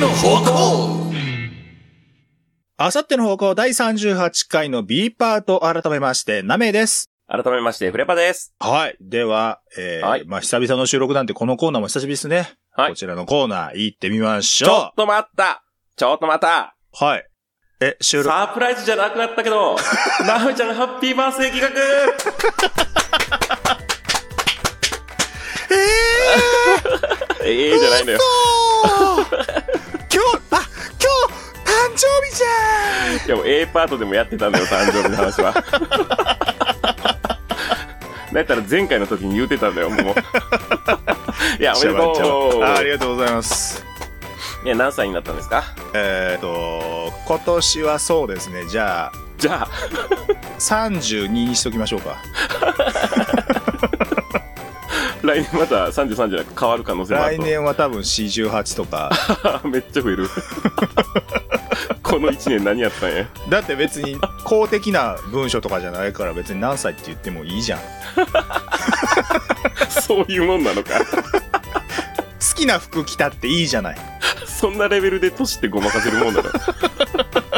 方向あさっての方向第38回の B パート改めまして、ナメです。改めまして、フレパです。はい。では、えー、はいまあ、久々の収録なんてこのコーナーも久しぶりですね。はいこちらのコーナー行ってみましちょょっと待ったちょっと待ったう。はい。え、収録、サプライズじゃなくなったけ ど、なおちゃんハッピーバースデー企 画ええー、じゃないのよ。 今日、あ、今日、誕生日じゃんいやもう A パートでもやってたんだよ、誕生日の話 は。だったら前回の時に言うてたんだよ、 もう。いや、おめでとうあありがとうございます。いや、何歳になったんですかえっ、と、今年はそうですね、じゃあ、じゃあ、 32にしときましょう か。来年また33じゃなく変わる可能性もある 来と。年は多分48とか。めっちゃ増え る。この1年何やったん や。だって別に公的な文書とかじゃないから別に何歳って言ってもいいじゃん好そういうもんなのか。きな服着たっていいじゃない そんなレベルで年ってごまかせるもんだろ。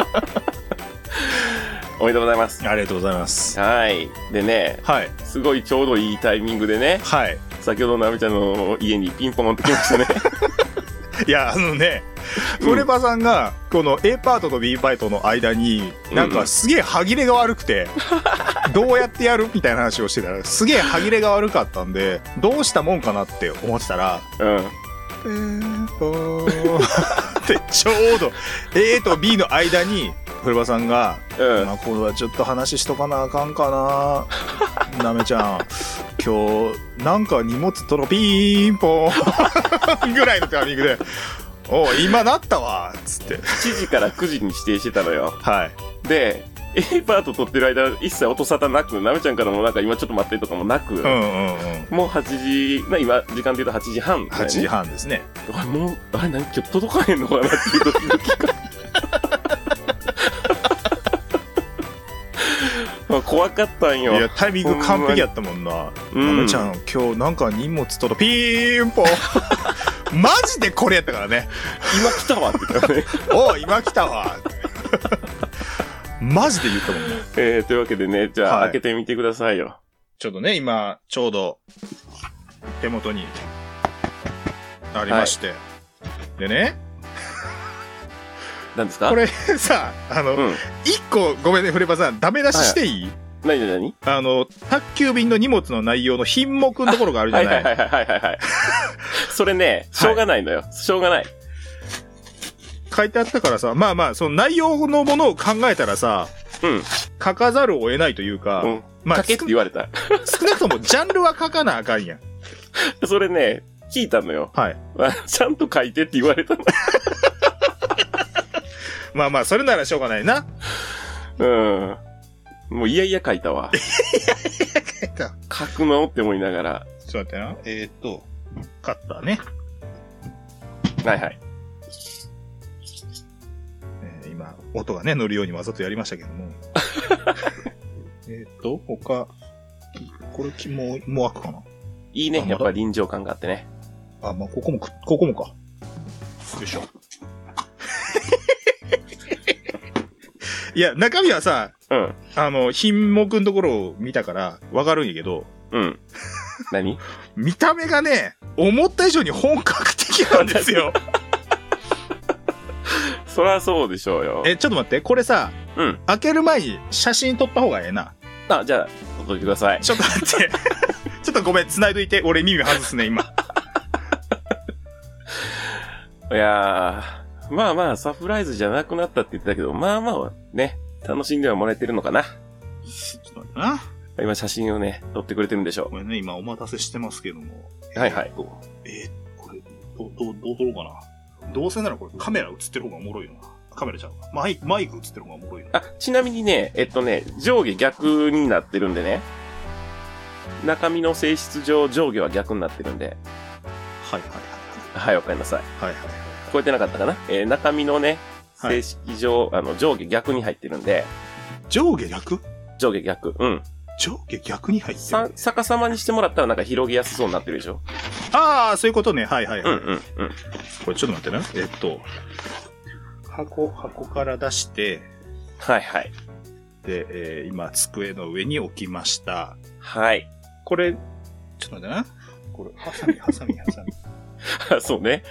おめでとうございます。ありがとうございますはい。でね、はいすごいちょうどいいタイミングでね、はい先ほどなみちゃんの家にピンポンってきました ね。いやあのねうんフレパさんがこの A パートと B パートの間になんうんうかんすげえ歯切れが悪く てどうやってやるみたいな話をしてたらすげえ歯切れが悪かったんでどうしたもんかなって思ってたらうん。え ーとーってちょうど A と B の間にフレパさんがうん。まあ、これはちょっと話しとかなあかんか ななめちゃん今日なんか荷物とろピーンポーン ぐらいのタイミングで「おう今なったわ」っつって7時から9時に指定してたのよ。はいで、A パート撮ってる間、一切音沙汰なく、なめちゃんからもなんか今ちょっと待ってとかもなく、うんうんうんもう8時、な今、時間で言うと8時半、 8時。半ですねあれ、もう、あれ、何、今日届かへんのかなっていう時々が まあ怖かったんいよ。やタイミング完璧やったもんなうなめんちゃん今日なんか荷物とろピーンポー ンマジでこれやったからね今来たわって言った ね。 「おう今来た わ」ってマジで言ったもんなえー、というわけでね、じゃあ、はい開けてみてくださいよ。ちょっとね、今、ちょうど、手元に、ありまして。でね、何ですかこれさ、あうの、ん。一、個、ごめんね、フレパさん、ダメ出ししていい、何何何あの、宅急便の荷物の内容の品目のところがあるじゃはいなはいいはいはいはいはい。 それね、しょうがないのよ。しょうがない。書いてあったからさ、まあまあ、その内容のものを考えたらさ、うん。書かざるを得ないというか、うん。まあ、書けっ少て言われた。少なくともジャンルは書かなあかんやん。それね、聞いたのよ。はい。あちゃんと書いてって言われたの。まあまあ、それならしょうがないな。うん。もういやいや書いた わ。えっと、書くのって思いながら。ちょっと待ってな。えーっと、カッターね。はいはい。えー今、音がね、乗るようにわざとやりましたけど も。えっと、他、これ、きもう、もう開くかないいあね。まだやっぱ臨場感があってね。あ、まあ、ここもく、ここもか。よいしょ。いや、中身はさ、うん。あの、品目のところを見たから、わかるんやけど、 うん。何見た目がね、思った以上に本格的なんで すよ。そらそうでしょうよ。え、ちょっと待って、これさ、うん。開ける前に写真撮った方がええな。あ、じゃあ、お届けください。ちょっと待って。 ちょっとごめん、繋いどいて。俺耳外すね、今。いやー、まあまあ、サプライズじゃなくなったって言ってたけど、まあまあ、ね、楽しんではもらえてるのかな。ちょっと待ってな。今写真をね、撮ってくれてるんでしょこれね、今お待たせしてますけども。はいはいえっとえーこれ、ど、ど、どう撮ろうかな。どうせならこれカメラ映ってる方がおもろいよな。カメラちゃうわマイク、マイク映ってる方がおもろいよう。あ、ちなみにね、えっとね、上下逆になってるんでね。中身の性質上、上下は逆になってるんで。はいはいはい、おかえりなさい。はい。はいはい聞こえてなかったかなえー中身のね、は正い式上、あの、上下逆に入ってるんで、上下逆上下逆。うん。上下逆に入ってさる。逆さまにしてもらったらなんか広げやすそうになってるでしょああ、そういうことね。はいはい、うはんいうんうん。これちょっと待ってね。えっと、箱、箱から出して、はいはい。で、えー今、机の上に置きました。はい。 これ、ちょっと待ってな。これ、ハ サミ、ハサミ、ハサミ。あそうね。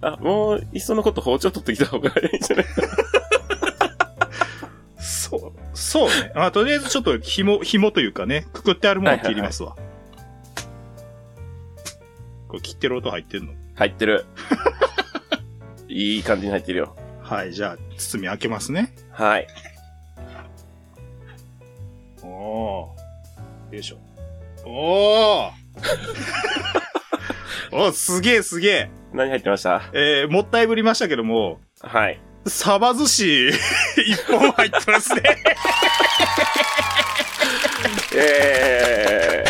あ、もう、いっそのこと包丁取ってきた方がいいんじゃ ないそう、そうね。まあ、とりあえずちょっと紐、紐というかね、くくってあるものを切りますわ。これ切ってる音入ってんの入ってる。いい感じに入ってるよ。はい、じゃあ、包み開けますね。はい。おお。よいしょ。お おお、すげえすげえ。何入ってましたえー、もったいぶりましたけども、はい。サバ寿司 一本入ってますね。え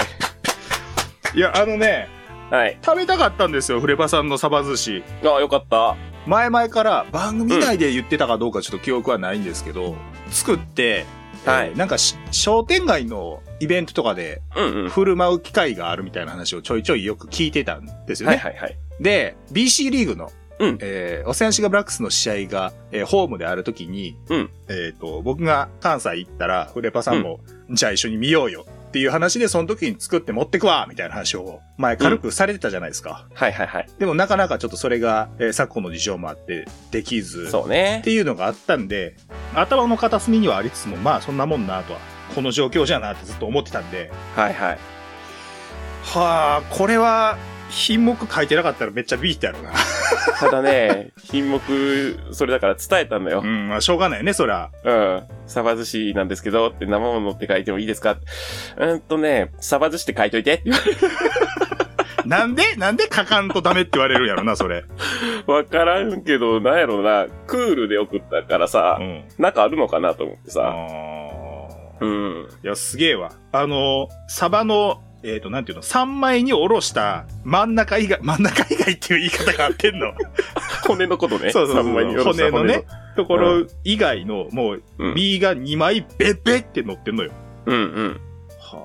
いや、あのね、ー、はい。食べたかったんですよ、フレパさんのサバ寿司。あ、よかった。前々から番組内で言ってたかどうかちょっと記憶はないんですけど、作って、はいえーなんかし商店街のイベントとかでうんうん。振る舞う機会があるみたいな話をちょいちょいよく聞いてたんですよはね。いはいはい。で、BC リーグの、うんえー、オセアンシガブラックスの試合が、えーホームであるときに、うんえっ、と、僕が関西行ったら、フレパさんも、じゃあ一緒に見ようよっていう話で、その時に作って持ってくわみたいな話を、前軽くされてたじゃないですか。はいはいはい。でもなかなかちょっとそれが、えー昨今の事情もあって、できず、そうっねて。いうのがあったんで、頭の片隅にはありつつも、まあそんなもんなとは、この状況じゃなってずっと思ってたんで、はいはい。はあ、これは、品目書いてなかったらめっちゃビーってやろ うな。ただね、品目、それだから伝えたんだよう。ん、まあしょうがないよね、そりゃ。うん。サバ寿司なんですけどって生物って書いてもいいですかうんとね、サバ寿司って書いといてって言われなんで、なんで書かんとダメって言われるんやろな、それ。るわからんけど、なんやろな、クールで送ったからうさ、ん。なんかあるのかなと思ってさ。あうーん。いや、すげえわ。あの、サバの、えっ、と、なんていうの、三枚におろした真ん中以外、真ん中以外っていう言い方が合ってんの。骨のことね。そうそうそう三枚におろした骨のね。ところ以外の、もう、うん身が2枚ベッベッって乗ってんのよ。うんうん。はあ、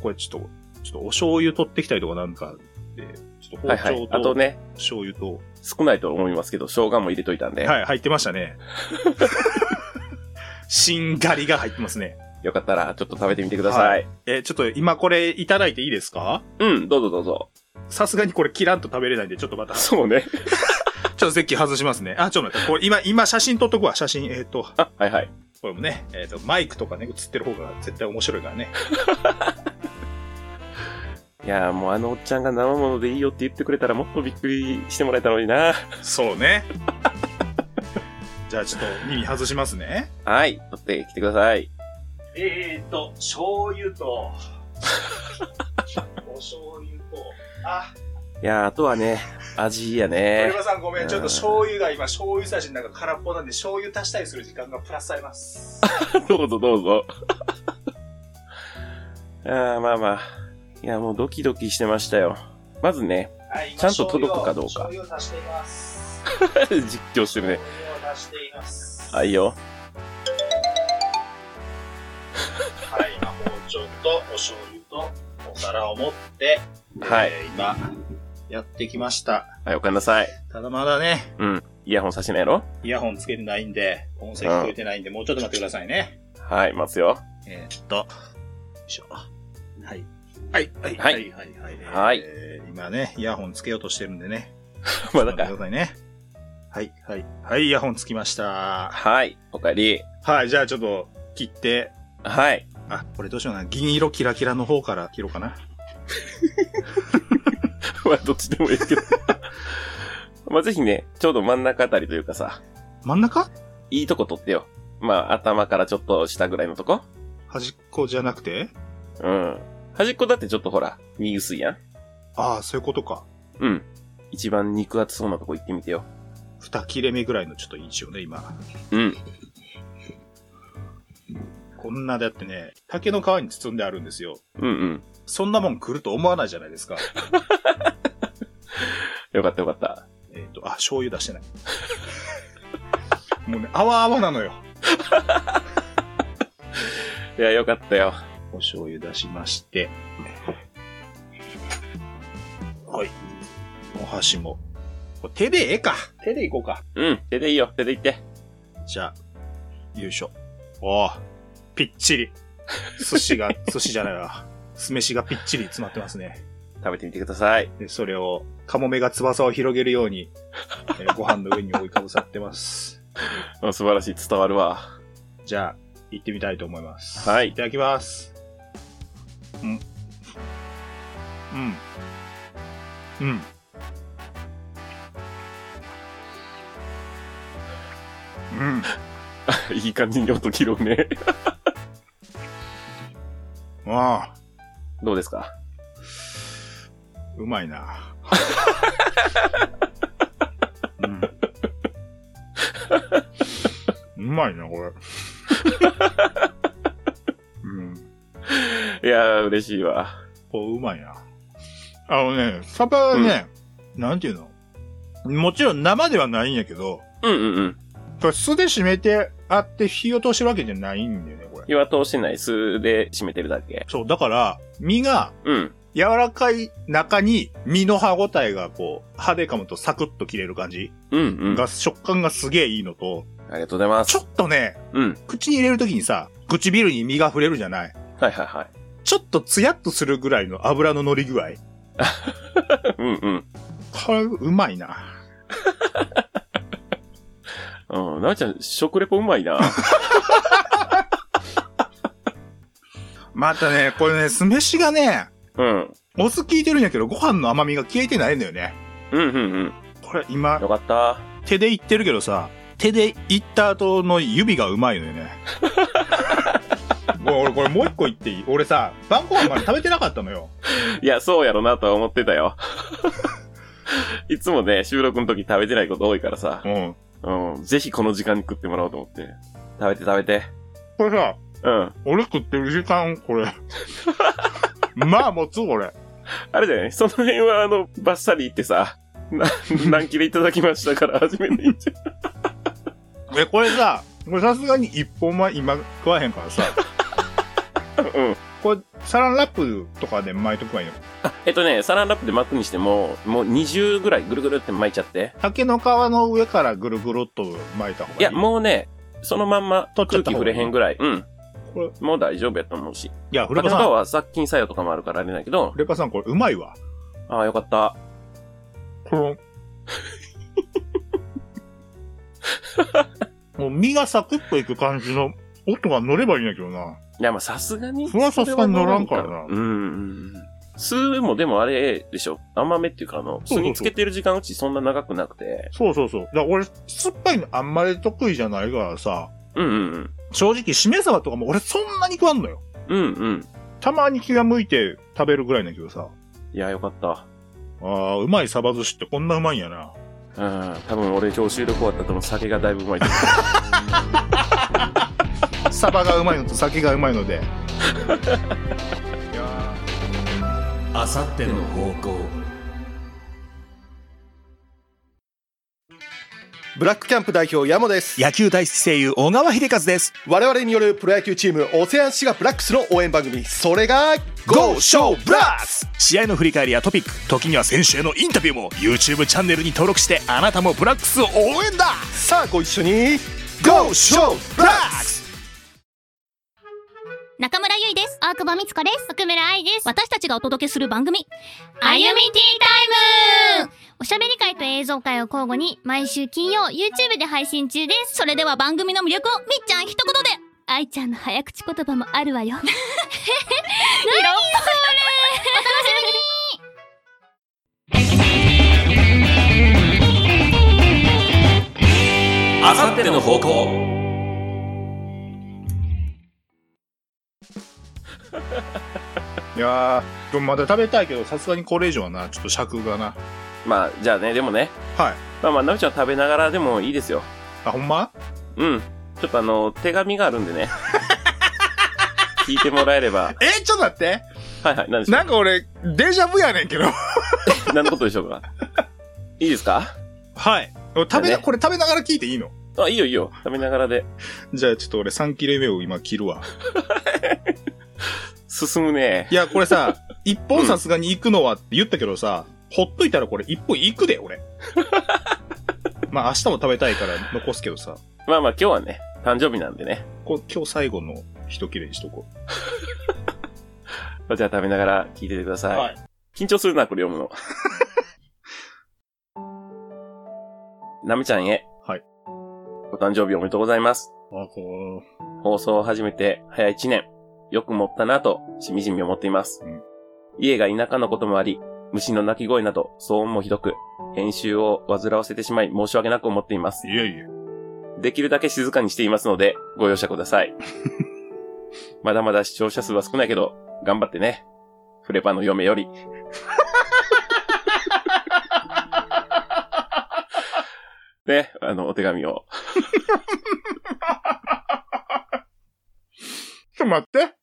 これちょっと、ちょっとお醤油取ってきたりとかなんかで、ちょっとはい包はい丁。あととね、醤油と、少ないと思いますけど、生姜も入れといたんで。はい、入ってましたね。 しんがりが入ってますね。よかったら、ちょっと食べてみてくださ。はいえーちょっと今これいただいていいですかうん、どうぞどうぞ。さすがにこれ切らんと食べれないんで、ちょっとまた、ちょそうね。っと席外しますね。あ、ちょっと待って、これ今、今写真撮っとくわ、写真。えっ、と、あ、はいはい。これもね、えっ、と、マイクとかね、映ってる方が絶対面白いからね。いやーもうあのおっちゃんが生物でいいよって言ってくれたらもっとびっくりしてもらえたのにな。そうね。じゃあちょっと耳外しますね。はい、取ってきてください。えー、っと、醤油と、 お醤油と、あ、いやーあとはね、味やね。鳥羽さんごめうんん、ちょっと醤油が今、醤油差しの中空っぽなんで、醤油足したりする時間がプラスさ れます。 どうぞどうぞ。あーまあまあ。いや、もうドキドキしてましたよ。まずね、はい、今ちゃんと届くかどうか醤油を醤油を足しています。 実況してるね。醤油を足しています。あ、いいよ。はい、今、包丁とお醤油とお皿を持って、はいえー今、やってきました。はい、おかえりなさい。ただまだね、イヤホンさしないやろイヤホンつけてないんで、音声聞こえてないんで、もうちょっと待ってくださいね。はい、待つよ。 えーっと、よいしょ。はい。はい、はい、はいはい、はい。はいはいえー今ね、イヤホンつけようとしてるんでね。まあだちょかっと待らってく。ださいね。はい、はい。はい、イヤホンつきました。はい、おかえり。はい、じゃあちょっと切って、はい。 あ、これどうしようかな。銀色キラキラの方から切ろうかな。まあどっちでもいいけど。 まあぜひね、ちょうど真ん中あたりというかさ、真ん中いいとこ取ってよ。まあ、頭からちょっと下ぐらいのとこ。端っこじゃなくてうん。端っこだってちょっとほら、身薄いやん。ああ、そういうことか。うん。一番肉厚そうなとこ行ってみてよ。二切れ目ぐらいのちょっと印象ね、今。うん。こんなだってね、竹の皮に包んであるんですよ。うんうん。そんなもん来ると思わないじゃないです か。よかったよかった。えっ、と、あ、醤油出してない。もうね、泡泡なのよ。いや、よかったよ。お醤油出しまして。はい。お箸も。これ手でええか。手でいこうか。うん、手でいいよ、手でいって。じゃあ、よいしょ。おーぴっちり。寿司 が、寿司じゃないわ。酢飯がぴっちり詰まってますね。食べてみてください。で、それを、カモメが翼を広げるように、えーご飯の上に覆いかぶさってます。あ素晴らしい、伝わるわ。 じゃあ、行ってみたいと思います。はいいただきます。うん。うん。うん。うん。いい感じに音切ろうね。ああ、どうですかうまいな。うん。うまいな、これ。うん。いやー、嬉しいわ。こう、うまいな。あのね、サバはね、なんていうのもちろん生ではないんやけど、うんうんうん。これ酢で締めてあって火を通してるわけじゃないんだよね、これ。火は通してない、酢で締めてるだけ。そう、だから、身がうん。柔らかい中に、身の歯ごたえがこう、歯で噛むとサクッと切れる感じうんうん。が、食感がすげえいいのと、ありがとうございまちすょ。っとね、うん。口に入れるときにさ、唇に身が触れるじゃないはいはいはい。ちょっとツヤっとするぐらいの油の乗り具合。うんうん。これ、うまいな。うん、なおちゃん、食レポうまいな。またね、これね、 酢飯がね、うん。お酢効いてるんやけど、ご飯の甘みが消えてないんだよね。うんうんうん。これ今、よかった。手でいってるけどさ、手でいった後の指がうまいの よね。ごめん俺これもう一個言っていい俺さ、晩ご飯まで食べてなかったのよ。いや、そうやろなとは思ってたよ。 いつもね、収録の時食べてないこと多いからさう。ん。うん。ぜひこの時間に食ってもらおうと思って。食べて食べて。これさ、うん。俺食ってる時間、これ。 まあ持つ、これ。あれだよね。その辺は、あの、バッサリ言ってさ、な何切れいただきましたから始めていい んじゃん。え、これさ、これさすがに一本は今食わへんからさ、うん。これサランラップとかで巻いとくわいいの。えっとね、サランラップで巻くにしても、もう20ぐらいぐるぐるって巻いちゃって。竹の皮の上からぐるぐるっと巻いた方がいい。いや、もうね、そのまんま取っち空ゃった気方触がいれいへんぐらい。うん。これもう大丈夫やと思うし。いや、古竹場のさ皮ん、は殺菌作用とかもあるからあれだけど、古場さん、これうまいわ。ああ、よかった。この、もう身がサクッといく感じの音が乗ればいいんだけどな。いや、まあ、さすがに。それはさすがに乗らんからなうんうんうん。酢もでもあれでしょ。甘めっていうか、あの、そうそう酢につけてる時間うちそんな長くなくて。そうそうそう。だから俺、酸っぱいのあんまり得意じゃないからさ、うんうん正直、しめ鯖とかも俺そんなに食わんのよ。うん。うんうん。たまに気が向いて食べるぐらいなんだけどさ。いや、よかった。ああ、うまい鯖寿司ってこんなうまいんやな。うん。多分俺今日収録終わった後の酒がだいぶうまいと思鯖がうまいのと酒がうまいので。あさっての方向ブラックキャンプ代表ヤモです野球大好き声優小川秀和です我々によるプロ野球チームオセアンシガブラックスの応援番組それが GO SHOW BLAST 試合の振り返りやトピック時には選手へのインタビューも YouTube チャンネルに登録してあなたもブラックスを応援ださあご一緒に GO SHOW BLAST 中村ゆいです。大久保みつこです。奥村愛です。私たちがお届けする番組、あゆみティータイムおしゃべり会と映像会を交互に毎週金曜 YouTube で配信中です。それでは番組の魅力をみっちゃん一言で愛ちゃんの早口言葉もあるわ よ。何それお楽しみにあさっての方向いやー、でもまだ食べたいけど、さすがにこれ以上はな、ちょっと尺がな。 う。まあ、じゃあね、でもね。はい。まあまあ、なおちゃん食べながらでもいいですよ。あ、ほんまうん。ちょっとあの、手紙があるんで ね。聞いてもらえれば。えちょっと待って。はいはい。何でしょなんか俺、デジャブやねんけど。う何のことでしょう かいいですかはい。 食べだな、ねこれ食べながら聞いていいのあ、いいよいいよ。食べながらで。じゃあちょっと俺3切れ目を今切るわ。進むね。いや、これさ、一本さすがに行くのはって言ったけどさ、ほっといたらこれ一本行くで、 俺。まあ明日も食べたいから残すけどさ、まあまあ今日はね、誕生日なんでね。こ今日最後の一切れにしとこう。じゃあ食べながら聞いててください。はい緊張するな、これ読むの。 なめちゃんへ。はい。お誕生日おめでとうございます。あ、こ放送を始めて早1年、よく持ったなと、しみじみ思っています。うん家が田舎のこともあり、虫の鳴き声など騒音もひどく、編集を煩わせてしまい申し訳なく思っていますう。。いやいや。できるだけ静かにしていますので、ご容赦くださ い。まだまだ視聴者数は少ないけど、頑張ってね。フレパの嫁 より。ね、あの、お手紙を。ちょっと待って。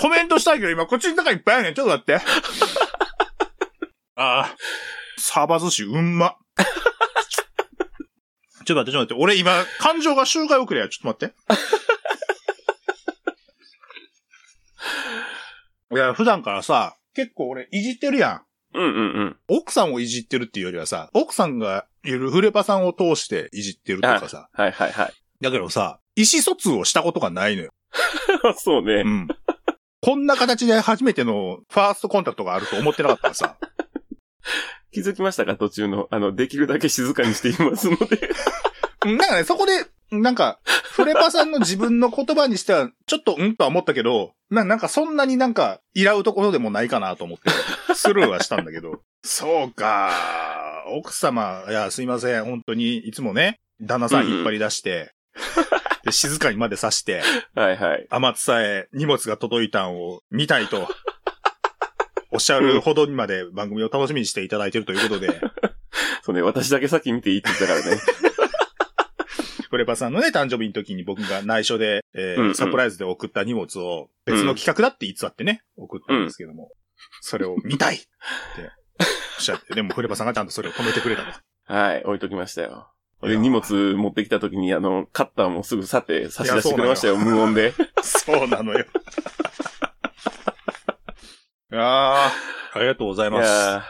コメントしたいけど今こっちの中いっぱいやねん。ちょっと待って。ああ。サバ寿司うんま。ちょっと待って、ちょっと待って。俺今、感情が周回遅れや。ちょっと待って。いや、普段からさ、結構俺いじってるやん。うんうん奥さんをいじってるっていうよりはさ、奥さんがいるフレパさんを通していじってるうん。とあかさ。はいはいはい。 だけどさ、意思疎通をしたことがないのよ。そうね。うん。 こんな形で初めてのファーストコンタクトがあると思ってなかったからさ。気づきましたか途中の。あの、できるだけ静かにしていますので。 うん なんかね、そこで、なんか、フレパさんの自分の言葉にしては、ちょっとうんとは思ったけど、ななんかそんなになんか、いらうところでもないかなと思って、スルーはしたんだけ ど。そうか。奥様、いや、すいません。本当に、いつもね、旦那さん引っ張り出 して、で静かにまでさして、はいはい。天津さえ荷物が届いたんを見たい と、おっしゃるほどにまで番組を楽しみにしていただいているということで、そうね、私だけ先見ていいって言ったから ね。フレパさんのね、誕生日の時に僕が内緒で、えーうんうんサプライズで送った荷物を別の企画だって偽ってね、送ったんですけども、それを見たいっておっしゃって、でもフレパさんがちゃんとそれを止めてくれたと。はい、置いときましたよ。いで、や荷物持ってきた時に、あの、カッターもすぐ去って差し出してくれましたよ、いやそう無な音で。そうな のよ。ああ、ありがとうございいます。やー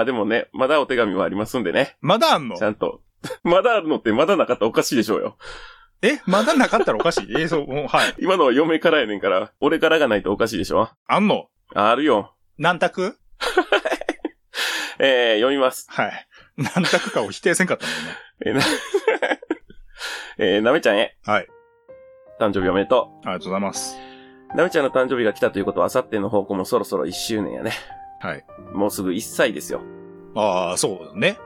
あ、でもね、まだお手紙はありますんでね。まだあんのちゃんと。 まだあるのってまだなかったらおかしいでしょうよ。えまだなかったらおかしいえーそう、もうはい。今のは嫁からやねんから、俺からがないとおかしいでしょ。あんのあるよ。何択えー、読みます。はい。何択かを否定せんかったもんね。えーな、 えーなめちゃんへ。はい。誕生日おめでとう。ありがとうございます。なめちゃんの誕生日が来たということは、あさっての方向もそろそろ1周年やね。はい。もうすぐ1歳ですよ。ああ、そうだね。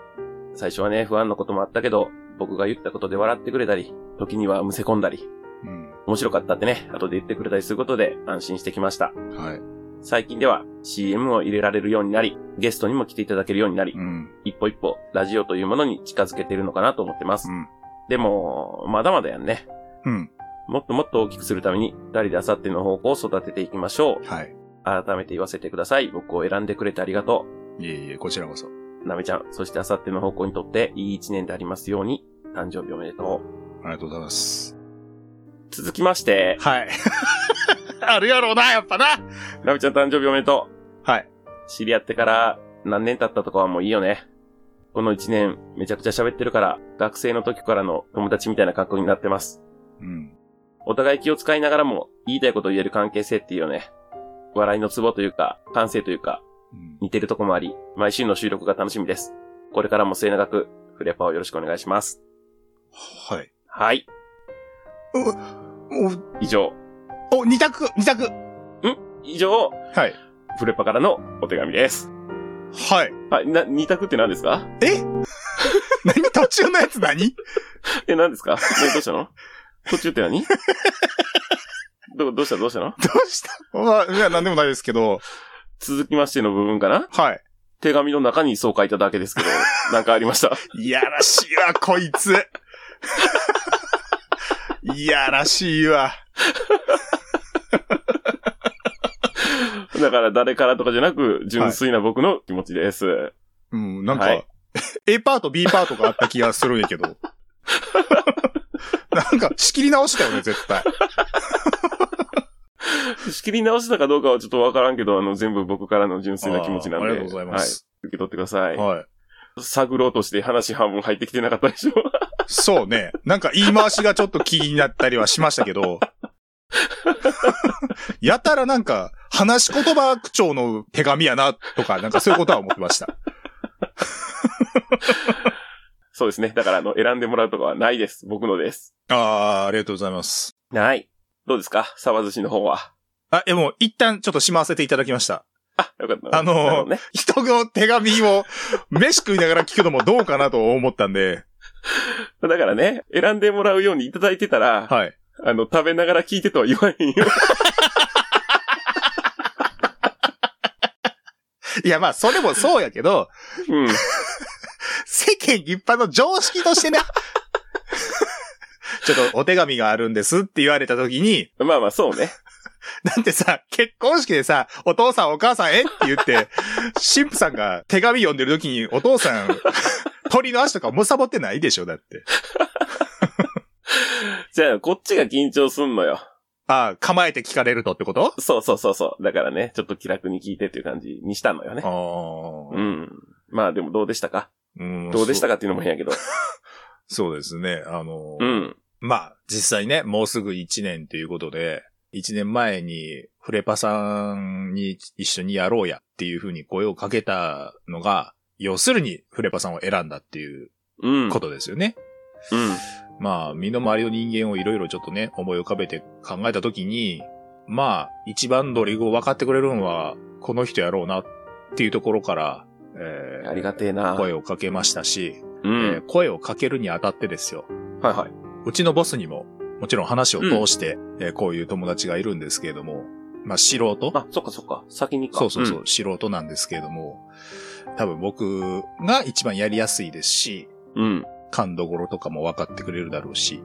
最初はね、不安なこともあったけど、僕が言ったことで笑ってくれたり、時にはむせ込んだり、うん。面白かったってね、後で言ってくれたりすることで安心してきました。はい。最近では CM を入れられるようになり、ゲストにも来ていただけるようになり、うん。一歩一歩ラジオというものに近づけてるのかなと思ってます。うんでも、まだまだやんね。うん。もっともっと大きくするために、二人であさっての方向を育てていきましょう。はい。改めて言わせてください。僕を選んでくれてありがとう。いえいえ、こちらこそ。なめちゃん、そしてあさっての方向にとっていい一年でありますように、誕生日おめでとう。ありがとうございます。続きまして、はい。 あるやろうな、やっぱな。なめちゃん誕生日おめでとう。はい。知り合ってから何年経ったとかはもういいよね。この一年、めちゃくちゃ喋ってるから、学生の時からの友達みたいな格好になってます。うん。お互い気を使いながらも、言いたいことを言える関係性っていうよね。笑いのツボというか、感性というか、うん似てるとこもあり、毎週の収録が楽しみです。これからも末永く、フレパをよろしくお願いします。はい。はい。以上。お、お、二択、二択。以上、はい。フレパからのお手紙です。はい。はい、な、二択って何ですか 何途中のやつ 何 え、何ですか何どうしたの途中って何 ど、どうしたどうしたのどうしたまあ、いや、なんでもないですけど。続きましての部分かなはい。手紙の中にそう書いただけです けど、なんかありました。いやらしいわ、こいつ。 いやらしいわ。だから誰からとかじゃなく、純粋な僕の気持ちです。うん、なんか、はい A パート、B パートがあった気がするんや けど。なんか、仕切り直したよね、絶対。仕切り直したかどうかはちょっとわからんけど、あの、全部僕からの純粋な気持ちなんで。あーありがとうございまはす。い。受け取ってください。はい。探ろうとして話半分入ってきてなかったでしょ そうね。なんか言い回しがちょっと気になったりはしましたけ ど。やたらなんか、話し言葉口調の手紙やな、とか、なんかそういうことは思ってました。そうですね。だから、あの、選んでもらうとかはないです。僕のです。あー、ありがとうございます。ない。どうですか沢寿司の方は。あ、でも、一旦ちょっとしまわせていただきました。あ、よかった。あのーなるほどね。人の手紙を、飯食いながら聞くのもどうかなと思ったんで、だからね、選んでもらうようにいただいてたら、はい。あの、食べながら聞いてとは言 わへんよ。いや、まあ、それもそうやけど、うん。世間一般の常識としてね、 ちょっとお手紙があるんですって言われた時に、まあまあ、そうね。だってさ、結婚式でさ、お父さんお母さんえって言って、神父さんが手紙読んでる時にお父さ ん、鳥の足とかむさぼってないでしょ、だって。じゃあ、こっちが緊張すんのよ。ああ、構えて聞かれるとってことそうそうそうそう。だからね、ちょっと気楽に聞いてっていう感じにしたのよね。あう。ん。まあでもどうでしたかうんどうでしたかっていうのも変やけど。そうそうですね。あのう、ん。まあ、実際ね、もうすぐ1年ということで、1年前にフレパさんに一緒にやろうやっていうふうに声をかけたのが、要するにフレパさんを選んだっていううん。うんこ。とですよね。まあ、身の回りの人間をいろいろちょっとね、思い浮かべて考えたときに、まあ、一番ドリゴを分かってくれるのは、この人やろうなっていうところから、えーありがてえな。声をかけましたし、うえん。ー声をかけるにあたってですよ。はいはい。うちのボスにも、もちろん話を通して、えーこういう友達がいるんですけれども、まあ、素人あ、そっかそっか。先にか。そうそうそう、ん。素人なんですけれども、多分僕が一番やりやすいですし、うん。勘どころとかも分かってくれるだろうし、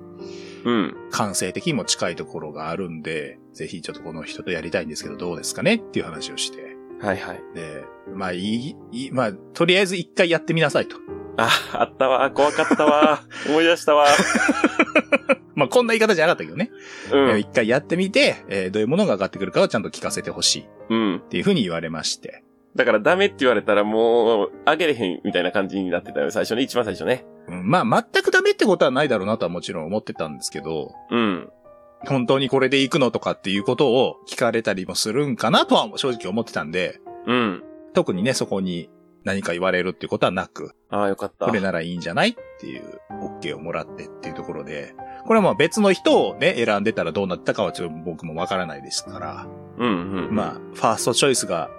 うん。感性的にも近いところがあるんで、ぜひちょっとこの人とやりたいんですけどどうですかねっていう話をして。はいはい。で、まあいい、いいまあ、とりあえず一回やってみなさいと。あ、あったわ。怖かった わ。思い出したわ。まあこんな言い方じゃなかったけどね。うえーん。一回やってみて、えーどういうものが上がってくるかをちゃんと聞かせてほしいっうん。ていうふうに言われまして。だからダメって言われたらもう、あげれへんみたいな感じになってたよ。最初ね。一番最初ね。うんまあ全くダメってことはないだろうなとはもちろん思ってたんですけど、うん。本当にこれで行くのとかっていうことを聞かれたりもするんかなとは正直思ってたんで、うん。特にね、そこに何か言われるっていうことはなく、ああ、よかった。これならいいんじゃないっていう、OK をもらってっていうところで、これはまあ別の人をね、選んでたらどうなったかはちょっと僕もわからないですから、うんうん。まあ、ファーストチョイスが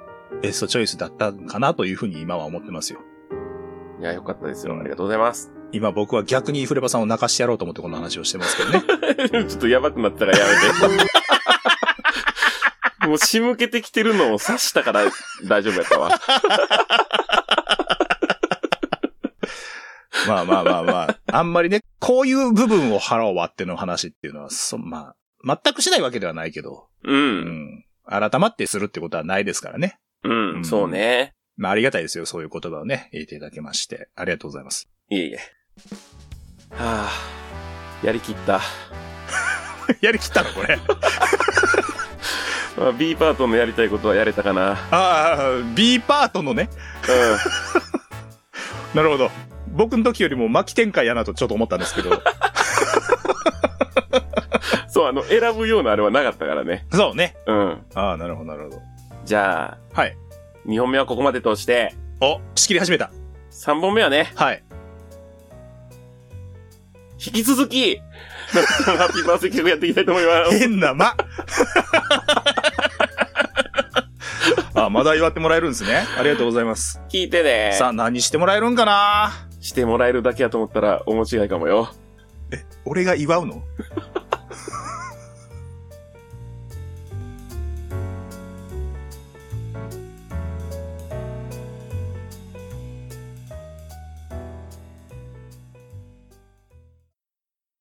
ベストチョイスだったんかなというふうに今は思ってますよ。いや、よかったですよ。ありがとうございます。 今僕は逆にフレバさんを泣かしてやろうと思ってこの話をしてますけどね。ちょっとやばくなったらやめ て。もう仕向けてきてるのを刺したから大丈夫やったわ。まあまあまあまあ、あんまりね、こういう部分を腹を割っての話っていうのは、そ、まあ、全くしないわけではないけど、う。うんん。改まってするってことはないですからね。うん。そうね。まあありがたいですよ、そういう言葉をね、言っていただきまして、ありがとうございます。 いえいえ。はあ、やりきった。やりきったのこれ。まあ、B パートのやりたいことはやれたかな。うん。ああ、B パートのね。なるほど。僕の時よりも巻き展開やなとちょっと思ったんですけど。そう、あの、選ぶようなあれはなかったからね。そうね。うん。ああ、なるほど、なるほど。じゃあ、はい。 2本目はここまでとして、お、仕切り始めた。 3本目はね、はい。引き続き、 ハッピーバースデー企画やっていきたいと思います。変な間。あ、まだ祝ってもらえるんですね。ありがとうございます。聞いてね。さあ、何してもらえるんかなしてもらえるだけやと思ったら、お持ちいかもよ。俺が祝うの